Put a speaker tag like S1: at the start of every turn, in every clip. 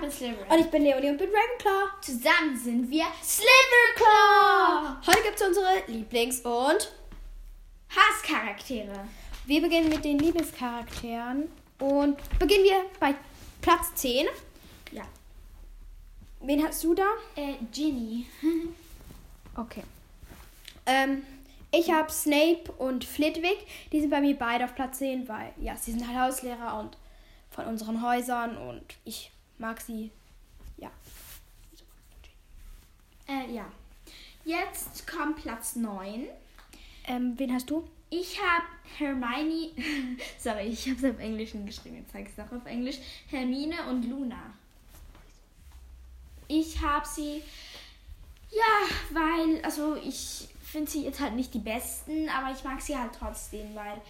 S1: bin Slytherin.
S2: Und ich bin Leonie und bin Ravenclaw.
S1: Zusammen sind wir Slytherin.
S2: Heute gibt es unsere Lieblings- und
S1: Hasscharaktere.
S2: wir beginnen mit den Lieblingscharakteren. Und beginnen wir bei Platz 10.
S1: Ja.
S2: Wen hast du da?
S1: Äh, Ginny.
S2: Okay. Ähm, ich habe Snape und Flitwick. Die sind bei mir beide auf Platz 10, weil ja, sie sind halt Hauslehrer und von unseren Häusern und ich mag sie. Ja.
S1: Äh, ja. Jetzt kommt Platz 9.
S2: Ähm, wen hast du?
S1: Ich habe Hermione. Sorry, ich habe es auf Englisch geschrieben. Jetzt zeige ich es auch auf Englisch. Hermine und Luna. Ich habe sie. Ja, weil. Also, ich finde sie jetzt halt nicht die besten, aber ich mag sie halt trotzdem, weil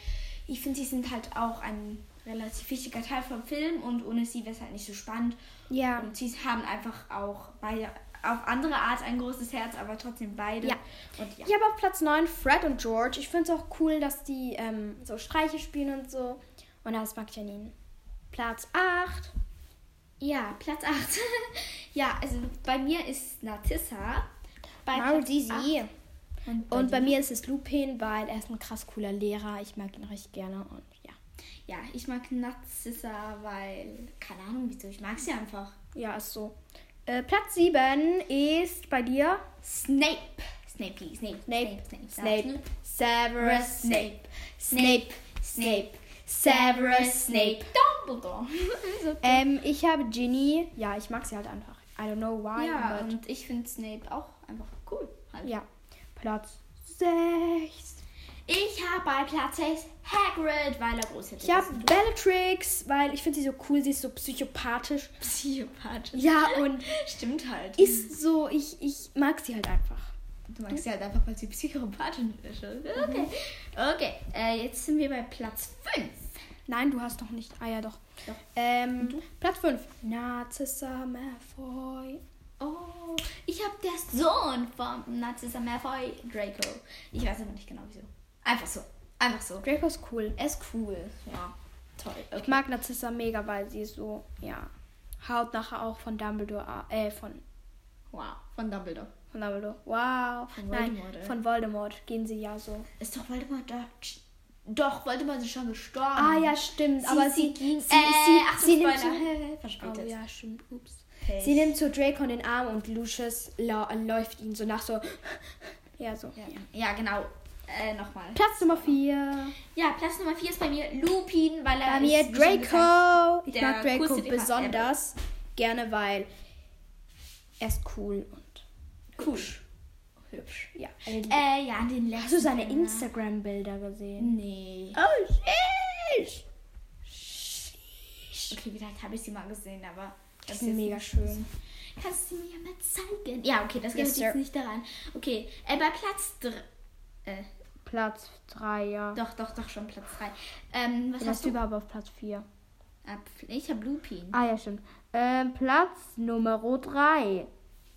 S1: ich finde, sie sind halt auch ein relativ wichtiger Teil vom Film und ohne sie wäre es halt nicht so spannend.
S2: Ja.
S1: Und sie haben einfach auch beide auf andere Art ein großes Herz, aber trotzdem beide.
S2: Ja.
S1: Und ja.
S2: Ich habe auf Platz 9 Fred und George. Ich finde es auch cool, dass die ähm, so Streiche spielen und so. Und das mag ich an ihnen. Platz 8.
S1: Ja, Platz 8. ja, also bei mir ist Narcissa. Bei Platz acht. Und bei,
S2: Und bei
S1: dir?
S2: mir ist es Lupin, weil er ist ein krass cooler Lehrer. Ich mag ihn recht gerne und ja.
S1: Ja, ich mag Narcissa, weil. Keine Ahnung wieso, ich mag sie einfach.
S2: Ja, ist so. Äh, Platz 7 ist bei dir
S1: Snape. Snapey, Snape, Snape, Snape, ne?
S2: Snape. Severus
S1: Snape, Snape, Snape,
S2: Severus Snape.
S1: Dumbledore. so.
S2: Ähm, ich habe Ginny. Ja, ich mag sie halt einfach. I don't know why.
S1: Ja,
S2: but-
S1: und ich finde Snape auch einfach cool. Halt.
S2: ja. Platz 6.
S1: Ich habe bei Platz 6 Hagrid, weil er groß
S2: Ich habe Bellatrix, weil ich finde sie so cool. Sie ist so psychopathisch.
S1: Psychopath.
S2: Ja, und
S1: Stimmt halt.
S2: ist so. Ich, ich mag sie halt einfach.
S1: Du magst sie halt einfach, weil sie Psychopathin ist.
S2: Mhm.
S1: Okay. Okay, äh, jetzt sind wir bei Platz 5.
S2: Nein, du hast doch nicht. Ah ja, doch.
S1: Doch.
S2: Ähm, Platz 5. Narcissa Malfoy.
S1: Oh, ich habe der Sohn vom Narcissa Malfoy, Draco. Ich weiß aber nicht genau wieso. Einfach so. Einfach so.
S2: Draco ist cool.
S1: Er ist cool. Ja. Toll.
S2: Ich mag Narcissa mega, weil sie ist so, ja, haut nachher auch von Dumbledore, ab- äh, von,
S1: Wow. Von Dumbledore.
S2: von Dumbledore. Wow.
S1: Von Voldemort,
S2: Nein,
S1: ey.
S2: von Voldemort gehen sie ja so.
S1: Ist doch Voldemort da? Doch, Voldemort ist schon gestorben.
S2: Ah ja, stimmt.
S1: Sie-
S2: aber
S1: sie
S2: sie,
S1: ging-
S2: sie,
S1: äh,
S2: sie,
S1: Achtung,
S2: sie nimmt
S1: Spoiler.
S2: so,
S1: Verspätet. Äh,
S2: Oh ja, stimmt. Ups.
S1: Pech.
S2: Sie nimmt so Draco in den Arm und Lucius lau- läuft ihn so nach so. Ja, so.
S1: Ja, ja genau. Äh, nochmal.
S2: Platz Nummer 4.
S1: Ja, Platz Nummer 4 ist bei mir Lupin, weil er
S2: Bei mir
S1: ist, wie schon gesagt,
S2: Draco. Ich
S1: der
S2: mag Draco
S1: coolste Lehrer
S2: besonders gerne, weil er ist cool und
S1: cool. Hübsch.
S2: ja.
S1: Äh, ja, den letzten.
S2: Hast du seine
S1: Männer.
S2: Instagram-Bilder gesehen?
S1: Nee.
S2: Oh, shit!
S1: Okay, vielleicht habe ich sie mal gesehen, aber.
S2: Das
S1: das
S2: ist mega schön.
S1: Kannst du mir mal zeigen? Ja, okay, das gehört
S2: Yes,
S1: jetzt
S2: sir.
S1: nicht daran. Okay, äh, bei Platz 3. Äh,
S2: Platz 3, ja.
S1: doch, doch, doch, schon Platz 3. Ähm, was
S2: Was
S1: hast du?
S2: überhaupt auf Platz 4?
S1: Apfel. Ich habe Lupin.
S2: Ah, ja, stimmt. Ähm, Platz Nummer 3.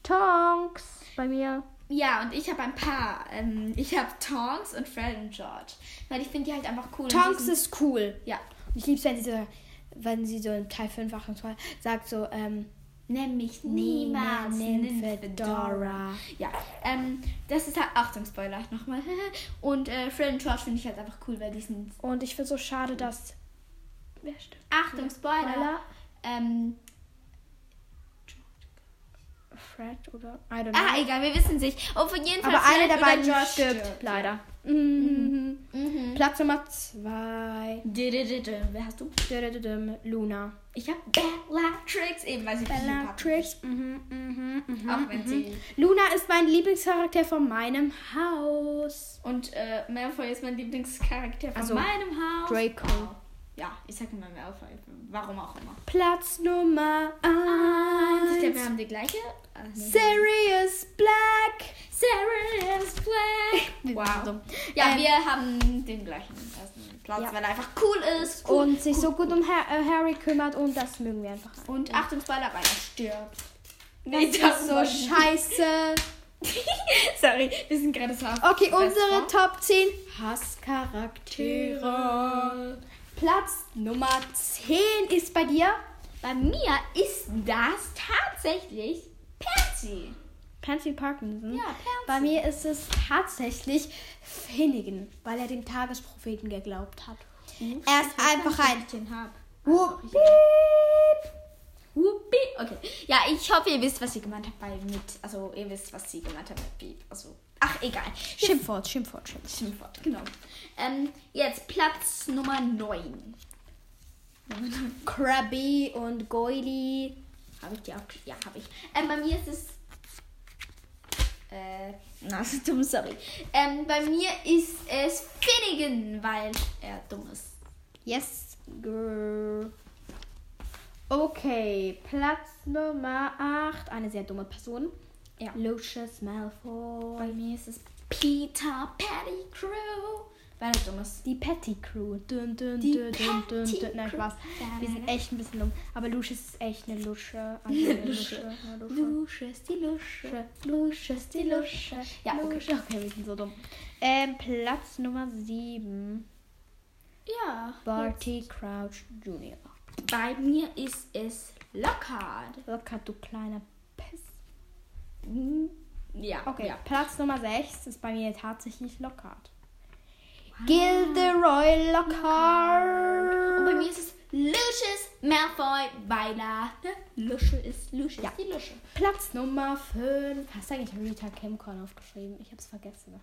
S2: Tonks bei mir.
S1: Ja, und ich habe ein paar. Ähm, ich habe Tonks und Fred und George. Weil ich finde die halt einfach cool. und die
S2: Tonks
S1: sind-
S2: ist cool.
S1: Ja.
S2: Ich lieb's, wenn sie so, wenn sie so in Teil 5, Achtung, 2 sagt so, ähm,
S1: Nämlich
S2: Nina
S1: niemals
S2: Nymphedora.
S1: Ja, ähm, das ist halt. Achtung, Spoiler nochmal. Und äh, Fred und George finde ich halt einfach cool, weil die sind.
S2: Und ich finde so schade, dass. Wer stimmt?
S1: Achtung, Spoiler!
S2: Spoiler.
S1: Ähm,
S2: Fred oder? I don't know.
S1: ah, egal, wir wissen es nicht. Und von jeden Fall.
S2: Genau. Aber eine
S1: Fred
S2: der
S1: oder
S2: beiden
S1: George
S2: stirbt, leider. Mhm. Platz Nummer 2.
S1: Didididum. Wer hast du?
S2: Luna.
S1: Ich hab Bellatrix, eben weil sie
S2: Bellatrix. Mhm, mhm, mhm.
S1: Auch wenn sie.
S2: Luna ist mein Lieblingscharakter von meinem Haus.
S1: Und äh, Malfoy ist mein Lieblingscharakter von
S2: Also,
S1: meinem Haus.
S2: Draco.
S1: Wow. Ja, ich sag immer Malfoy. Warum auch immer.
S2: Platz Nummer
S1: Ah, Ich glaube, wir
S2: 1.
S1: haben die gleiche. Ah, nee.
S2: Sirius Black.
S1: Sirius Black. Wow. Ja,
S2: Ähm,
S1: wir haben den gleichen ersten Platz,
S2: Ja.
S1: weil er einfach cool ist. Cool.
S2: Und sich so gut um Har- äh, Harry kümmert und das mögen wir einfach.
S1: Und Achtung, Spoiler, weil er stirbt.
S2: Das ist so
S1: wollte ich
S2: scheiße.
S1: Sorry, wir sind gerade so.
S2: Okay, unsere
S1: Top
S2: Top 10 Hasscharaktere. Platz Nummer 10 ist bei dir
S1: Bei mir ist das tatsächlich Pansy.
S2: Pansy Parkinson.
S1: Ja, Pansy.
S2: Bei mir ist es tatsächlich Finnegan, weil er dem Tagespropheten geglaubt hat. Er ist einfach ein. Whoopie.
S1: Whoopi. Okay. Ja, ich hoffe, ihr wisst, was sie gemeint hat bei mit. Also, ihr wisst, was sie gemeint hat mit Beep. Also, ach, egal.
S2: Schimpfwort, Schimpfwort, Schimpfwort.
S1: Schimpfwort, genau. Ähm, jetzt Platz Nummer 9.
S2: Krabby und Goily.
S1: Habe ich die auch? Ja, habe ich. Ähm, bei mir ist es. Äh, na, das ist dumm, sorry. Ähm, bei mir ist es Finnegan, weil er dumm ist.
S2: Yes, girl. Okay, Platz Nummer 8. Eine sehr dumme Person.
S1: Ja.
S2: Lucius
S1: Bei
S2: Malfoy.
S1: mir ist es Peter Pettigrew, weil er dumm ist.
S2: Die Patty Crew. Dun, dun,
S1: Die
S2: dun, dun, dun,
S1: Patty
S2: dun. Nein,
S1: Crew.
S2: Spaß. Wir sind echt ein bisschen dumm. Aber Lucius ist echt eine Lusche. Eine Lusche. Eine Lusche.
S1: Lucius, die Lusche.
S2: Lucius, die Lusche. Ja, okay.
S1: Lusche.
S2: Okay, wir sind so dumm. Ähm, Platz Nummer 7.
S1: Ja.
S2: Barty Crouch Jr.
S1: Bei mir ist es Lockhart.
S2: Locker, du kleiner Piss.
S1: Hm, Ja.
S2: Okay,
S1: Ja.
S2: Platz Nummer 6 ist bei mir tatsächlich Lockhart. Gilderoy Lockhart.
S1: Und bei mir ist es Lucius Malfoy, weil er ne, Lusche ist. Lucius,
S2: Ja.
S1: die Lusche.
S2: Platz Nummer 5. Hast du eigentlich Rita Kimcorn aufgeschrieben? Ich hab's vergessen.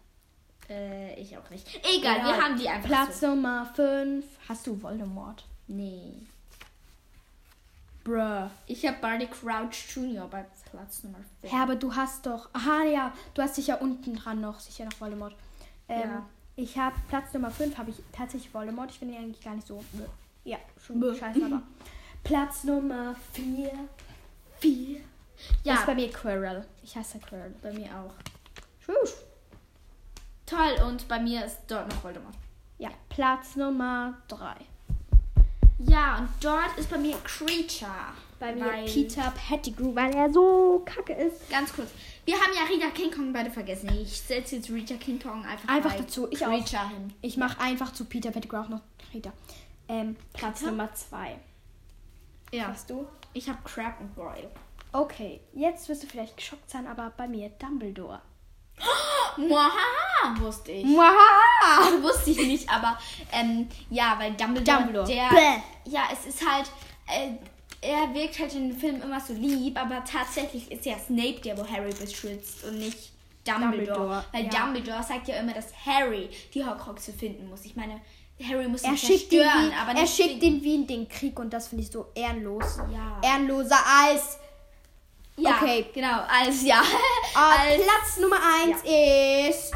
S1: Äh, ich auch nicht. Egal, wir
S2: Egal.
S1: haben die einfach
S2: Platz
S1: so.
S2: Nummer 5. Hast du Voldemort?
S1: Nee.
S2: Bruh.
S1: Ich habe Barty Crouch Jr. bei Platz Nummer 4.
S2: Hä, aber du hast doch. Aha, ja. Du hast sicher unten dran noch. Sicher noch Voldemort. Ähm,
S1: Ja.
S2: Ich habe Platz Nummer 5 habe ich tatsächlich Voldemort. Ich finde ihn eigentlich gar nicht so. Ja, schon
S1: Bäh.
S2: scheiße, aber. Platz Nummer 4
S1: Vier.
S2: ja. ist bei
S1: Ja,
S2: mir Quirrell. Ich hasse Quirrell.
S1: bei mir auch.
S2: Tschüss.
S1: Toll, und bei mir ist dort noch Voldemort.
S2: Ja, Platz Nummer 3.
S1: Ja, und dort ist bei mir Creature.
S2: Bei mir
S1: Weil-
S2: Peter Pettigrew, weil er so kacke ist.
S1: Ganz kurz. Wir haben ja Rita King Kong beide vergessen. Ich setze jetzt Rita King Kong einfach,
S2: Einfach
S1: bei
S2: dazu, ich auch.
S1: Creature hin.
S2: Ich mache einfach zu Peter Pettigrew auch noch Rita. Ähm, Platz
S1: Rita?
S2: Nummer 2.
S1: Ja.
S2: Hast du?
S1: Ich habe Crab und Goyle.
S2: Okay, jetzt wirst du vielleicht geschockt sein, aber bei mir Dumbledore.
S1: Mwahaha, wusste ich.
S2: Mwahaha!
S1: Also wusste ich nicht, aber ähm, ja, weil Dumbledore,
S2: Dumbledore.
S1: der,
S2: Bäh.
S1: ja, es ist halt, äh, er wirkt halt in den Filmen immer so lieb, aber tatsächlich ist ja Snape der, wo Harry beschützt und nicht Dumbledore,
S2: Dumbledore,
S1: weil
S2: ja.
S1: Dumbledore sagt ja immer, dass Harry die Horcruxe finden muss. Ich meine, Harry muss
S2: Er
S1: ihn
S2: schickt, ihn
S1: zerstören,
S2: wie,
S1: aber
S2: er
S1: nicht
S2: schickt
S1: finden.
S2: ihn wie in den Krieg und das finde ich so ehrenlos.
S1: Ja.
S2: Ehrenloser als.
S1: Ja,
S2: Okay.
S1: genau, als ja.
S2: Äh,
S1: als
S2: Platz Nummer 1 ist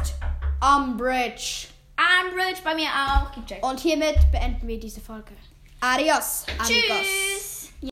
S2: Umbridge.
S1: Umbridge bei mir auch. Gibt ja
S2: Oh, Und hiermit beenden wir diese Folge. Adios, amigos.
S1: Tschüss.